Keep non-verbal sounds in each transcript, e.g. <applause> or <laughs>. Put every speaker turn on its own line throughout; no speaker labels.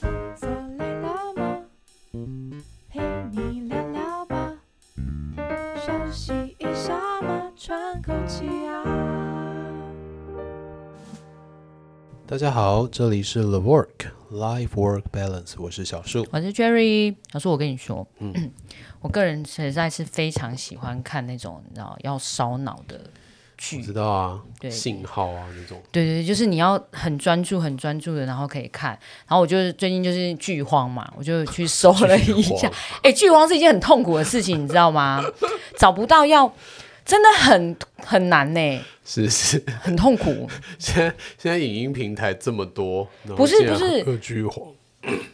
坐累了吗？陪你聊聊吧，休息一下嘛，喘口气啊。
大家好，这里是 The Work Life Work Balance，我是小树。
我是 Jerry，小树，我跟你说， <clears throat> 我个人实在是非常喜欢看那种你知道要烧脑的
我
剧，
知道啊，
嗯对
信号啊那种，
对对，对就是你要很专注、很专注的，然后可以看。然后我就是最近就是剧荒嘛，我就去搜了一下， <laughs> 哎，剧荒是一件很痛苦的事情，你知道吗？ <laughs> 找不到要真的很很难呢、
是是，
很痛苦。
<laughs> 现在现在影音平台这么多，然后
不是
竟然
不是
恶剧荒，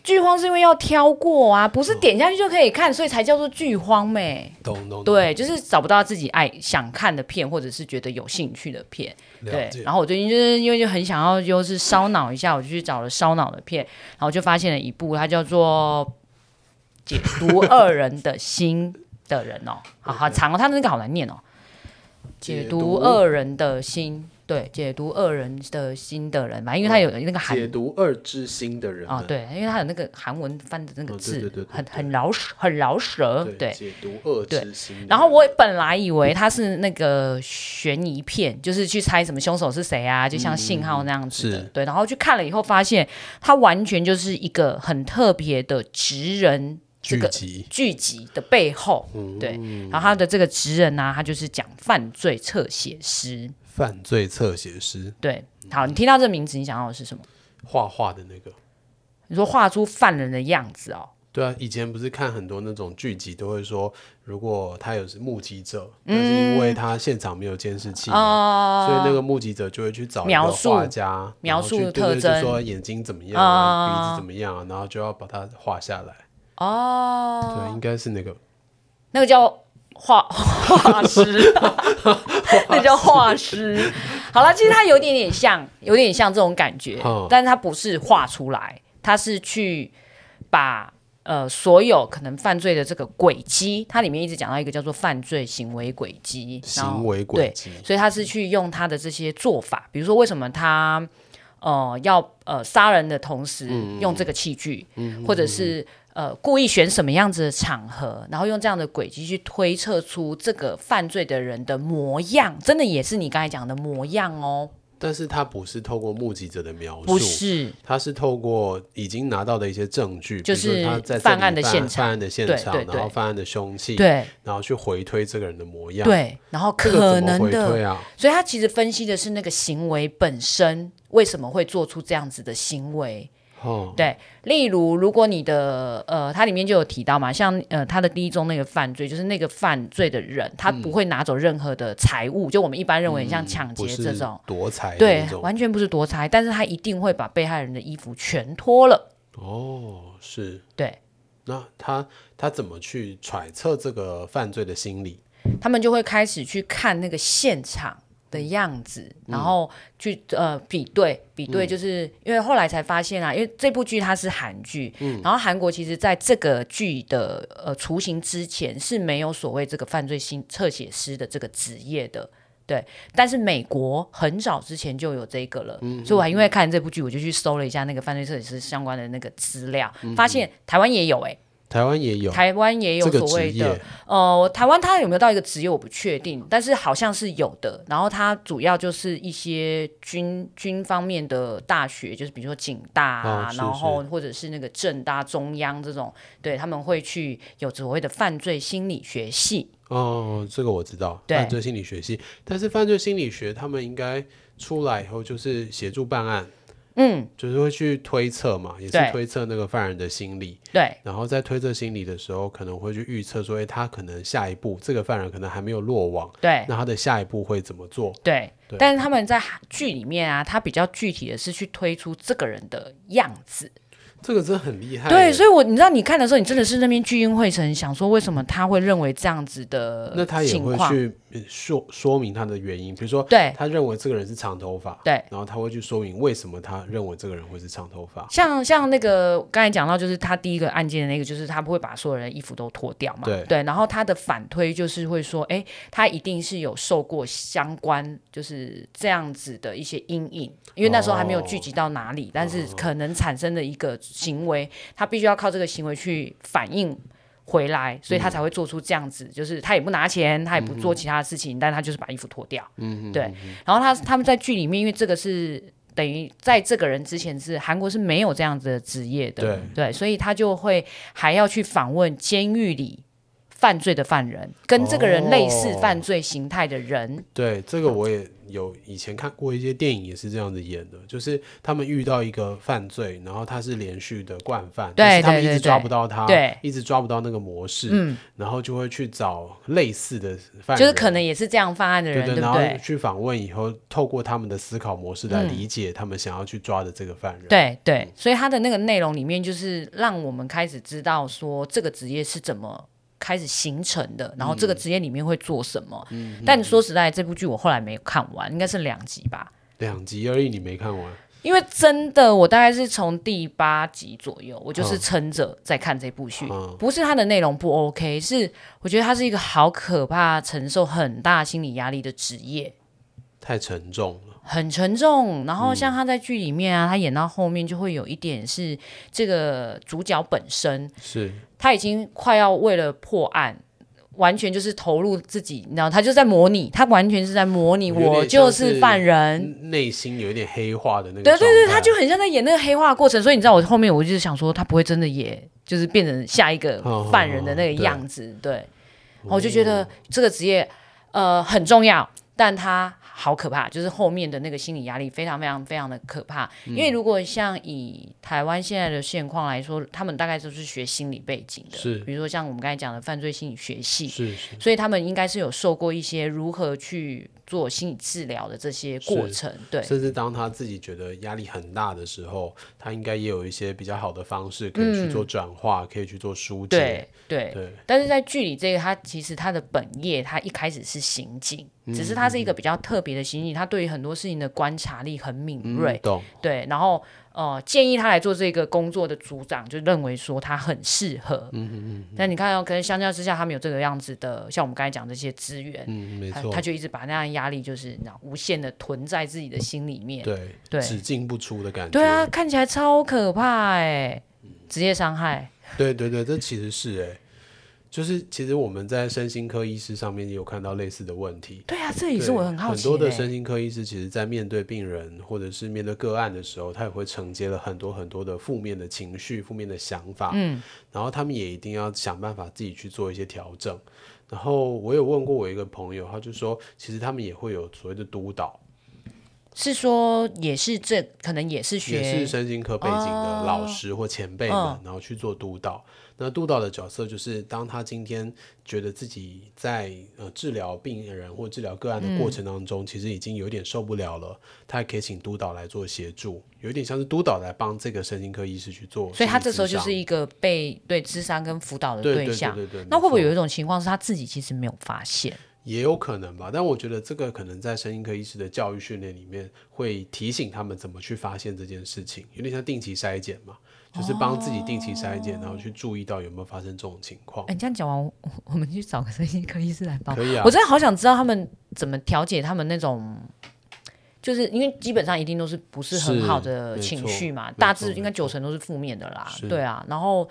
剧荒是因为要挑过啊，不是点下去就可以看，所以才叫做剧荒呗、
懂懂，
对，就是找不到自己爱想看的片，或者是觉得有兴趣的片。
懂
对
了，解
然后我最近就是因为就很想要，就是烧脑一下，我就去找了烧脑的片，然后就发现了一部，它叫做《解读二人的心的人》哦，好好长哦，它那个好难念哦，《解
解
读
读
二人的心》。对，解读二人的心的人嘛，因为他有那个韩
哦解读二之心的人
啊、
们，
对，因为他有那个韩文翻的那个
哦对
字，
对对对
很
对
很饶舌很饶舌，嗯对，
解读二
对
之心的人。
然后我本来以为它是那个悬疑片，就是去猜什么凶手是谁啊，就像信号那样子的。
嗯是
对，然后去看了以后发现，它完全就是一个很特别的职人这
剧
个
集
剧集的背后。
嗯
对，然后他的这个职人呢、他就是讲犯罪侧写师。
犯罪侧写师
对，好，你听到这名字，你想到的是什么？
画画的那个，
你说画出犯人的样子哦，
对啊，以前不是看很多那种剧集都会说，如果他有是目击者，但是因
嗯
为他现场没有监视器
哦
嘛，嗯所以那个目击者就会去找一个
呃描述
画家
描述
然后去
特
对对
征
就说眼睛怎么样啊，鼻子怎么样啊，然后就要把它画下来。哦，对，应该是那个
那个叫画 <laughs> 画
<laughs>
师，那叫画师。好了，其实它有点点像，有点像这种感觉，
嗯
但是它不是画出来，它是去把。呃，所有可能犯罪的这个轨迹，它里面一直讲到一个叫做犯罪行为轨迹，然后
行为轨迹
对，所以他是去用他的这些做法，比如说为什么他呃要呃杀人的同
嗯
时用这个器具，或者是呃故意选什么样子的场合，然后用这样的轨迹去推测出这个犯罪的人的模样，真的也是你刚才讲的模样哦，
但是他不是透过目击者的描述，
不是。
他哦是透过已经拿到的一些证据，
就
比如说
是
他在这里
犯案的现场
犯案的现
对
场，
对对
然后犯案的凶器，
对
然后去回推这个人的模样，，
对，然后
这个
可
怎么
能
回
的，
推啊？
所以他其实分析的是那个行为本身为什么会做出这样子的行为，
哦，
对，例如如果你的呃，它里面就有提到嘛，像呃，他的第一宗那个犯罪，就是那个犯罪的人，他
嗯
不会拿走任何的财物，就我们一般认为很像抢
不
劫
是
这种，
夺财的
对
那，种，
完全不是夺财，但是他一定会把被害人的衣服全脱了，
哦，是。
对
那他他怎么去揣测这个犯罪的心理？
他们就会开始去看那个现场。的样子，然后去、呃比对比对，就是、因为后来才发现啊，因为这部剧它是韩剧，然后韩国其实在这个剧的呃雏形之前是没有所谓这个犯罪心侧写师的这个职业的。对，但是美国很早之前就有这个了，所以我还因为看这部剧，我就去搜了一下那个犯罪设计师相关的那个资料，发现台湾也有哎、
台湾也有
台湾也有
这个
所
职
谓的
业，
呃，台湾它有没有到一个职业我不确定，但是好像是有的。然后它主要就是一些军军方面的大学，就是比如说警大啊，
哦是
然后或者是那个政大、中央这种，对他们会去有所谓的犯罪心理学系。
哦，这个我知道，
对
犯罪心理学系。但是犯罪心理学他们应该出来以后就是协助办案，
嗯，
就是会去推测嘛，也是
对
推测那个犯人的心理，
对
然后在推测心理的时候，可能会去预测说，哎，他可能下一步这个犯人可能还没有落网，
对
那他的下一步会怎么做？
对
对，
但是他们在剧里面啊，他比较具体的是去推出这个人的样子。
这个真的很厉害耶。
对，所以我你知道，你看的时候，你真的是那边聚阴会神，想说为什么他会认为这样子的
那他也
情
会
况？
去呃说说明他的原因，比如说，
对
他认为这个人是长头发，
对，
然后他会去说明为什么他认为这个人会是长头发，
像像那个刚才讲到，就是他第一个案件的那个，就是他不会把所有人的衣服都脱掉嘛，
对
然后他的反推就是会说，哎，他一定是有受过相关就是这样子的一些阴影，因为那时候还没有
哦
聚集到哪里，但是可能产生的一个行为，他必须要靠这个行为去反应回来，所以
嗯
他才会做出这样子，就是他也不拿钱，他也不做其他的事情，但他就是把衣服脱掉。嗯对。然后他他们在剧里面，因为这个是等于在这个人之前是韩国是没有这样子的职业的，
对
所以他就会还要去访问监狱里。犯罪的犯人跟这个人类似
哦
犯罪形态的人，
对，这个我也有以前看过一些电影也是这样子演的，就是他们遇到一个犯罪，然后他是连续的惯犯，但
对
是他们
对
一
对
直抓不到他，
对
一直抓不到那个模式，
嗯
然后就会去找类似的犯人，
就是可能也是这样犯案的人，
对
对
然
不
后
对？
去访问以后，透过他们的思考模式来理解他们想要去抓的这个犯人，
嗯对对，所以它的那个内容里面，就是让我们开始知道说这个职业是怎么开始形成的，然后
嗯
这个职业里面会做什么。但说实在，这部剧我后来没有看完，应该是两集吧。
两集而已，你没看完，
因为真的，我大概是从第八集左右，我就是
嗯
撑着在看这部剧，
嗯
不是它的内容不 OK，是我觉得它是一个好可怕、承受很大心理压力的职业。
太沉重了。
很沉重。然后
嗯
像他在剧里面啊，他演到后面就会有一点是这个主角本身
是，
他已经快要为了破案。完全就是投入自己，你知道，他就在模拟，他完全是在模拟，
有点
我
像
就是犯人，
内心有一点黑化的那个
对
状态。
对对，他就很像在演那个黑化的过程，所以你知道我后面我就是想说，他不会真的也就是变成下一个
哦
犯人的那个样子，对。然后我就觉
嗯
得这个职业呃很重要，但他好可怕，就是后面的那个心理压力非常非常非常的可怕。
嗯
因为如果像以台湾现在的现况来说，他们大概都是学心理背景的，
是
比如说像我们刚才讲的犯罪心理学系，
是是
所以他们应该是有受过一些如何去做心理治疗的这些过
是
程，对。
甚至当他自己觉得压力很大的时候，他应该也有一些比较好的方式可以去做转化，可以去做疏解
嗯对。对，
对，
但是在剧里这个，他其实他的本业，他一开始是刑警，只是他是一个比较特别的刑警，他对于很多事情的观察力很敏
嗯
锐。
懂。
对，然后呃，建议他来做这个工作的组长就认为说他很适合。嗯嗯但你看、哦，可能相较之下，他们有这个样子的，像我们刚才讲这些资源，
嗯，没
他
错
他。就一直把那样的压力就是你知道无限的囤在自己的心里面。
对，
对
只进不出的感觉。
对啊，，看起来超可怕哎、职业伤害。
对对对，这其实是哎、就是其实我们在身心科医师上面也有看到类似的问题。
对啊，这也
对
是我很好奇、欸、
多的身心科医师，其实在面对病人或者是面对个案的时候，他也会承接了很多很多的负面的情绪、负面的想法，嗯，然后他们也一定要想办法自己去做一些调整。然后我有问过我一个朋友，他就说，其实他们也会有所谓的督导，
是说也是这可能也是
也
学
是身心科背景的
哦
老师或前辈们，
嗯
然后去做督导。那督导的角色就是，当他今天觉得自己在呃治疗病人或治疗个案的
嗯
过程当中，其实已经有点受不了了，他也可以请督导来做协助，有一点像是督导来帮这个身心科医师去做心理咨商。
所以他这时候就是一个被对智商跟辅导的
对对对
象。
对对，
那会不会有
没
一
错
种情况是他自己其实没有发现？
也有可能吧？但我觉得这个可能在身心科医师的教育训练里面会提醒他们怎么去发现这件事情，有点像定期筛检嘛，就是帮自己定期筛检，然后去注意到有没有发生这种情况
哎、。你这样讲完，我我们去找个神经科医师来
哦
帮。
可以啊
我，真的好想知道他们怎么调节他们那种，就是因为基本上一定都是不是很
是
好的
没
情
错
绪嘛，
没
大
错
致应该
没
九
错
成都是负面的啦，
是
对啊。然后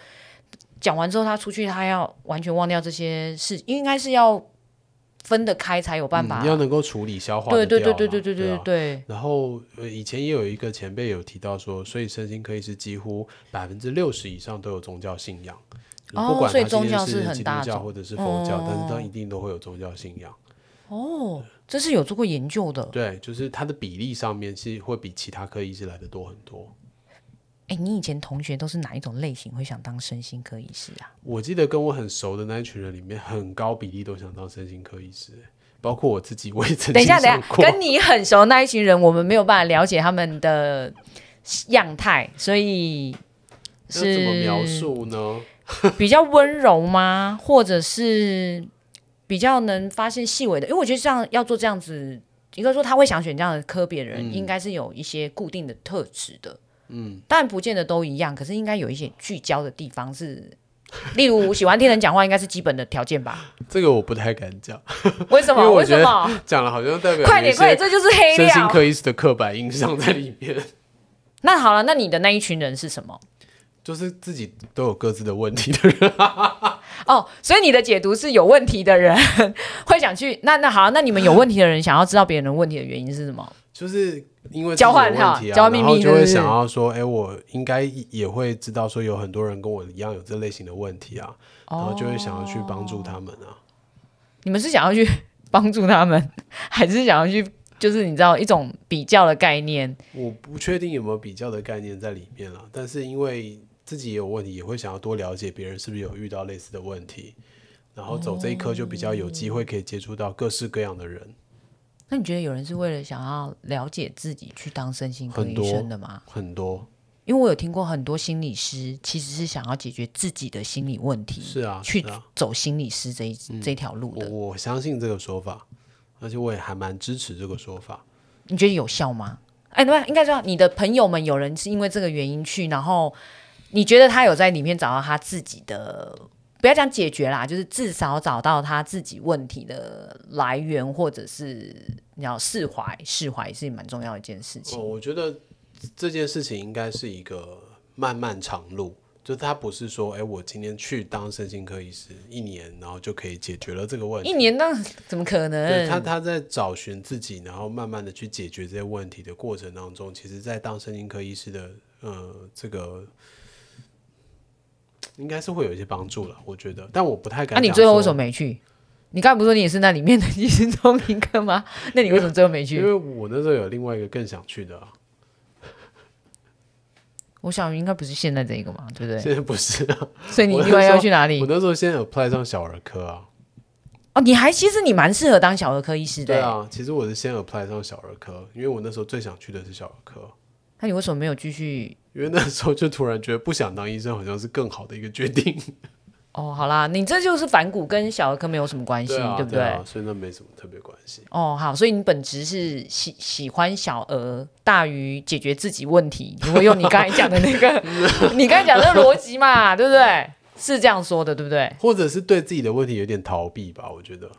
讲完之后，他出去他要完全忘掉这些事，应该是要分得开才有办法。
嗯要能够处理消化
对
得
对
掉
对
嘛。
对对对对
啊
对，
然后，呃，以前也有一个前辈有提到说，所以身心科医师几乎百分之六十以上都有宗教信仰，
哦
不管
所以
他今
宗教
天
是很
基
大
督教
众
或者是佛教，但
哦
是他一定都会有宗教信仰。
哦，这是有做过研究的。
对，就是它的比例上面是会比其他科医师来的多很多。
哎，你以前同学都是哪一种类型会想当身心科医师啊？
我记得跟我很熟的那一群人里面，很高比例都想当身心科医师，欸包括我自己，我也曾
等
经
一下，等
想
一下，
过。
跟你很熟那一群人，我们没有办法了解他们的样态，所以
要怎么描
是
述呢？
比较温柔吗？或者是比较能发现细微的？因为我觉得这样要做这样子，应该说他会想选这样的科别人，
嗯
应该是有一些固定的特质的。嗯，但不见得都一样，可是应该有一些聚焦的地方是。例如喜欢听人讲话，应该是基本的条
<laughs>
件吧？
这个我不太敢讲，
为什
因
么？
为
为
我觉得
什么？
讲了好像代表
快
有一
点，快
些
点，这就是黑
身心
料。
科医师的刻板印象在里面。 <laughs>
那好了，那你的那一群人是什么？
就是自己都有各自的问题的人，
哦，所以你的解读是有问题的人 <laughs> 会想去那那好，那你们有问题的人想要知道别人的问题的原因是什么？
就是因为自己
交换
有
哈
问题啊，
交换秘
然后
密
就
对
会
不对
想要说，哎、我应该也会知道说有很多人跟我一样有这类型的问题啊，
哦
然后就会想要去帮助他们啊。
你们是想要去 <laughs> 帮助他们， <laughs> 还是想要去就是你知道一种比较的概念？
我不确定有没有比较的概念在里面了，但是因为自己也有问题，也会想要多了解别人是不是有遇到类似的问题，然后走这一科就比较有机会可以接触到各式各样的人，
那你觉得有人是为了想要了解自己去当身心科
很
医
多
生的吗？
很多
因为我有听过很多心理师其实是想要解决自己的心理问题，
是啊，
去
是啊，嗯
走心理师这一、这条路
我
的。
我相信这个说法，而且我也还蛮支持这个说法。
你觉得有效吗？哎，对，应该说你的朋友们有人是因为这个原因去，然后你觉得他有在里面找到他自己的，不要讲解决啦，就是至少找到他自己问题的来源，或者是你要释怀，释怀是蛮重要的一件事情。
哦，我觉得这件事情应该是一个漫漫长路，就它不是说，哎，我今天去当身心科医师一年，然后就可以解决了这个问题。
一年当怎么可
对他，
能？
他在找寻自己，然后慢慢的去解决这些问题的过程当中，其实，在当神经科医师的呃这个，应该是会有一些帮助了，我觉得。但我不太
那、
敢。
啊你最后为什么
么？
没去？你刚才不是说你也是那里面的其中一个吗？ <laughs> 那你为什么最后没
因
去？
为我那时候有另外一个更想去的啊、
我想应该不是现在这一个嘛，对不对？
现在不是、啊。
所以你
我那
另外
时
要
候
去哪里
我？那时候现在有 apply 上小儿科啊。
哦，你还其实你蛮适合当小儿科医师的、欸
对啊，其实我是先 apply 上小儿科，因为我那时候最想去的是小儿科，
那你为什么没有继续？
因为那时候就突然觉得不想当医生好像是更好的一个决
<laughs>
定。
哦，好啦，你这就是反骨跟小儿科没有什么关系，
啊，
不
对
对？
啊，所以那没什么特别关系。
哦，好，所以你本质是喜喜欢小儿大于解决自己问题。如果用你刚才讲的那
<laughs>
个，你刚才讲的那个逻辑嘛，对不对？是这样说的，对不对？
或者是对自己的问题有点逃避吧，我觉得。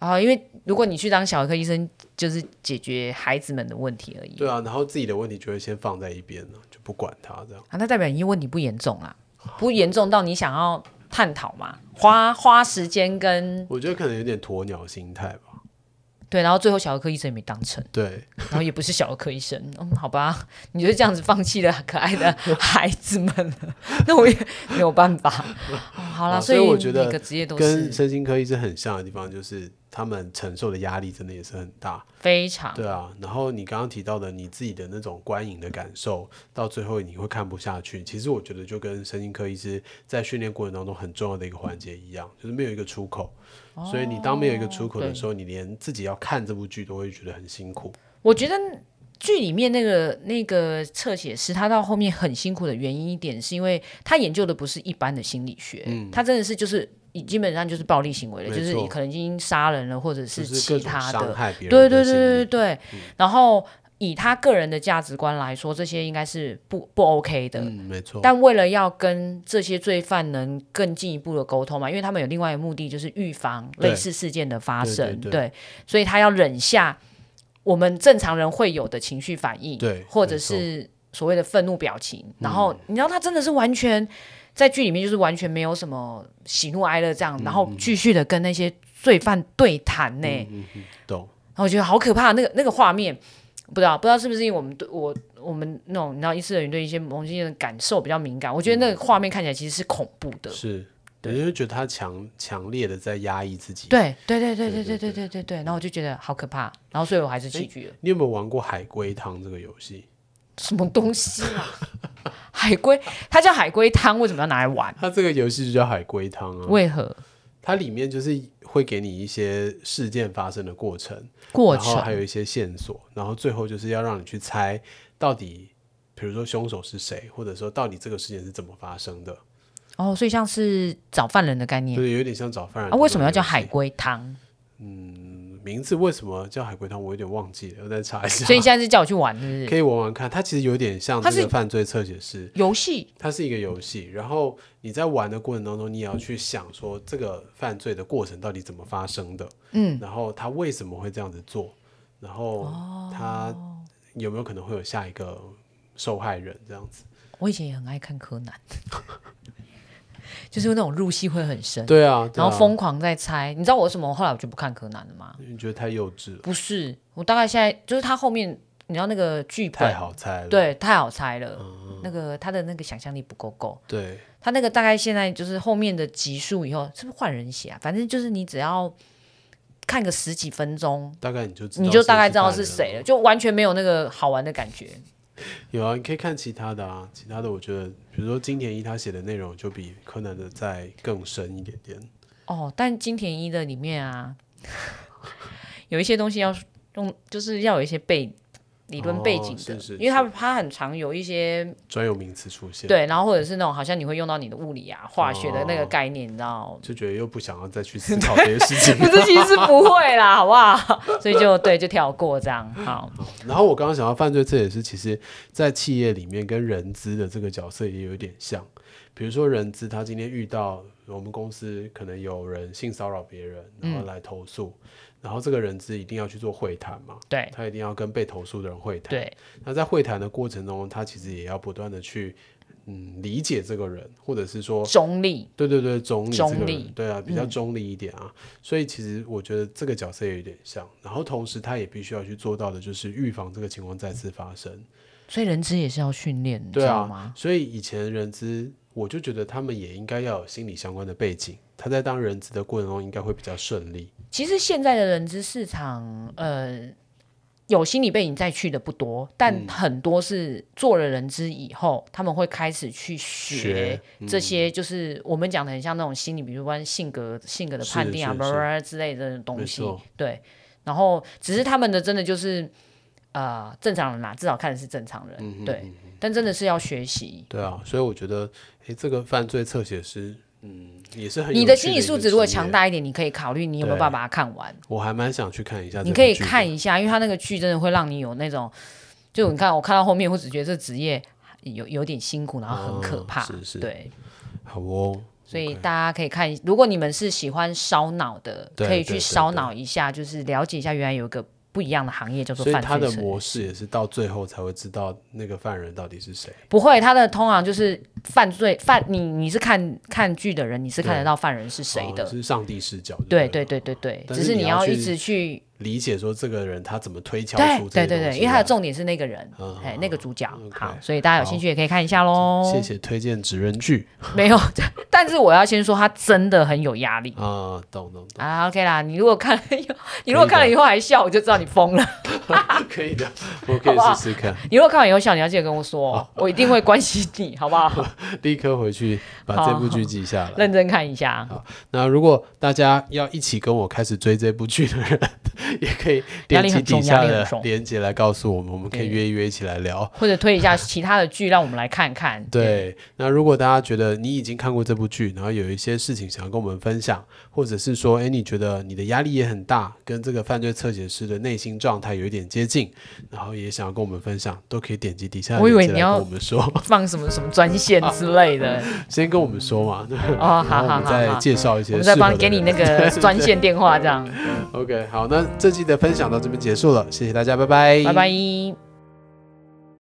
啊、因为如果你去当小儿科医生，就是解决孩子们的问题而已。
对啊，然后自己的问题就会先放在一边了，就不管它这样。
啊，那代表你问题不严重啊，不严重到你想要探讨嘛，花花时间跟
我觉得可能有点鸵鸟心态吧。
对，然后最后小儿科医生也没当成。
对，
然后也不是小儿科医生，嗯，好吧，你就这样子放弃了可爱的孩子们了， <laughs> 那我也没有办法。哦好啦，
啊所以我觉得
每个职业都
跟
是
身心科医生很像的地方就是，他们承受的压力真的也是很大。
非常
对啊，然后你刚刚提到的你自己的那种观影的感受，到最后你会看不下去。其实我觉得就跟神经科医师在训练过程当中很重要的一个环节一样，就是没有一个出口。所以你当没有一个出口的
哦对
时候，你连自己要看这部剧都会觉得很辛苦。
我觉得剧里面那个那个侧写师，他到后面很辛苦的原因一点，是因为他研究的不是一般的心理学，他真的是就是已基本上就是暴力行为了，
嗯没
就是
错
可能已经杀人了，或者
就是是
其
各种
他
伤
的，
害别人
对
的嗯
对对
心理
对对对，然后。以他个人的价值观来说，这些应该是不不 OK 的。
嗯，没错。
但为了要跟这些罪犯能更进一步的沟通嘛，因为他们有另外的目的，就是预防
对
类似事件的发生，
对对对
所以他要忍下我们正常人会有的情绪反应，
对嗯
或者是所谓的愤怒表情。然后、你知道他真的是完全在剧里面就是完全没有什么喜怒哀乐这
嗯
样，然后继续的跟那些罪犯对谈呢、
懂。
然后我觉得好可怕，那个那个画面，不知道不知道是不是因为我们对我我们那种你知道医师人员对一些某些人的感受比较敏感，我觉得那个画面看起来其实是恐怖的。
是，
呃对
你就会觉得他强强烈的在压抑自己。，
对对对对
对
对对
对
对对对对，然后我就觉得好可怕，然后所以我还是弃剧了。
你有没有玩过海龟汤这个游戏？
什么东西啊？海龟，它叫海龟汤，为什么要拿来玩？
它这个游戏就叫海龟汤啊，
为何？
它里面就是会给你一些事件发生的过程，
过
然后还
程
有一些线索，然后最后就是要让你去猜到底，比如说凶手是谁，或者说到底这个事件是怎么发生的，
哦，所以像是找犯人的概念
对，有点像找犯人的
啊？
那种游戏。
为什么要叫海龟汤？
名字？为什么叫海龟汤？我有点忘记了，我再查一下。
所以你现在是叫我去玩，是不
<laughs> 可
是？
以玩玩看，它其实有点像
它
这
是
个犯罪侧写师，
游戏
它是一个游戏，然后你在玩的过程当中，你也要去想说这个犯罪的过程到底怎么发生的，嗯，然后他为什么会这样子做，
哦
然后他有没有可能会有下一个受害人这样子，
我以前也很爱看柯南， <laughs> 就是那种入戏会很深，
对啊，对
然
啊
后疯狂在猜。你知道我为什么后来我就不看柯南了吗？
你觉得太幼稚了，
不是，我大概现在就是他后面，你知道那个剧
太
本，
好猜了，嗯
对，太好猜了。那个他的那个想象力不够够，
对
他那个大概现在就是后面的集数以后，是不是换人写啊？反正就是你只要看个十几分钟，
大概你就知道
你就大概知道是
谁
谁了，就完全没有那个好玩的感觉。
有啊，你可以看其他的啊，其他的我觉得，比如说金田一他写的内容就比柯南的再更深一点点。
哦，但金田一的里面啊， <laughs> 有一些东西要用，就是要有一些背理论背景的，
哦是是
因为他他很常有一些
专有名词出现，，
对，然后或者是那种好像你会用到你的物理啊、化学的那个
哦
概念，你
<laughs>
知道。
就觉得又不想要再去思考这些事情
<laughs> 不。是，其实不会啦，好不好？所以就对，就跳过这样。好，
<laughs> 然后我刚刚想到犯罪，这也是其实在企业里面跟人资的这个角色也有一点像。比如说人资，他今天遇到我们公司可能有人性骚扰别人，然
嗯
后来投诉，然后这个人资一定要去做会谈嘛，
对
他一定要跟被投诉的人会谈。
对，
那在会谈的过程中，他其实也要不断的去嗯理解这个人，或者是说。
中立，
对对对，中立这个
中
人
立，嗯
对啊，比较中立一点啊，所以其实我觉得这个角色也有点像，然后同时他也必须要去做到的就是预防这个情况再次发生，
所以人资也是要训练，你知
对
道吗
啊？，所以以前人资我就觉得他们也应该要有心理相关的背景，他在当人资的过程中应该会比较顺利，
其实现在的人资市场，呃，有心理背景再去的不多，
嗯
但很多是做了人资以后，他们会开始去学
学嗯
这些，就是我们讲的很像那种心理，比如关于性格、性格的
是
判定啊，
是
叭叭
是
叭之类的东西
没错。
对，然后只是他们的真的就是。呃，正常人啦，至少看的是正常人，
嗯
对，但真的是要学习。
对啊，所以我觉得诶，这个犯罪侧写师，嗯，也是很
你
有
的
趣
心理
一
素
个
质如果
职业
强，大一点，你可以考虑你有没有
对
办法把它看完。
我还蛮想去看一下，
你可以看。一下，因为他那个剧真的会让你有那种，就你看我看到后面，我只觉得这职业有有点辛苦，然后很可
哦
怕，
是是
对，
好哦，
所以
OK
大家可以看，如果你们是喜欢烧脑的，
对
可以
对对
去烧脑一下，就是了解一下原来有一个不一样的行业叫做
所以
犯
他
罪
的
者。
模式也是到最后才会知道那个犯人到底是谁。
不会，他的通常就是犯罪犯，你你是看看剧的人，你是看
对
得到犯人是谁的
哦，是上帝视角。
对
不
对对对对，
但
只
是
是
你
你
要
要一
去
直去，
理解说这个人他怎么推敲
对
出这
对
些
对
东
对，
西
因为他的
来
重点是那个人
嗯，
哎，那个主角，
OK
好，所以大家有兴趣也可以看一下喽。
哦谢谢推荐职人剧
没有，但是我要先说，他真的很有压力。
啊，懂懂懂，
啊，OK 啦，你如果看了
<laughs>
以后，你如果看了以后还笑，我就知道你疯了。啊
可以的， <laughs> 我可
好
以
不好
试试看，
你如果看完以后笑，你要记得跟我说哦，我一定会关心你，好
<laughs>
不好？
立刻回去把这部剧记下来。
认真看一下。
那如果大家要一起跟我开始追这部剧的人， <laughs> 也可以点
压力
击
很
底
重
下
压力很
的
重
链接来告诉我们，我们可以
对
约一约一起来聊。
或者推一下其他的剧，让我们来看看。，
对，那如果大家觉得你已经看过这部剧，然后有一些事情想要跟我们分享，或者是说，哎，你觉得你的压力也很大，跟这个犯罪侧写师的内心状态有一点接近，然后也想要跟我们分享，都可以点击底下的
我以
链
为
接
你
来跟
要
我们说，
放什么什么专线之类的
先跟我们说嘛，
哦，
然
好
后我
好好
们再
好，
介绍一些
我
适合的
们再
人。
帮给你那个专线
<laughs>
电话，这样。
OK，好，那这期的分享到这边结束了，谢谢大家，拜拜，
拜拜。